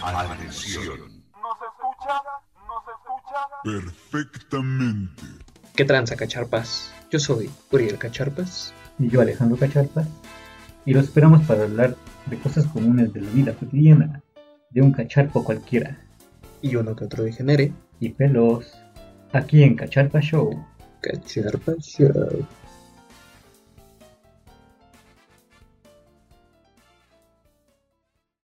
Atención. ¿Nos escucha? ¿Nos escucha? Perfectamente. ¿Qué tranza, cacharpas? Yo soy Uriel Cacharpas. y yo Alejandro Cacharpas, y lo esperamos para hablar de cosas comunes de la vida cotidiana, de un cacharpo cualquiera, Y uno que otro degenere. y pelos, aquí en Cacharpa Show. Cacharpas Show.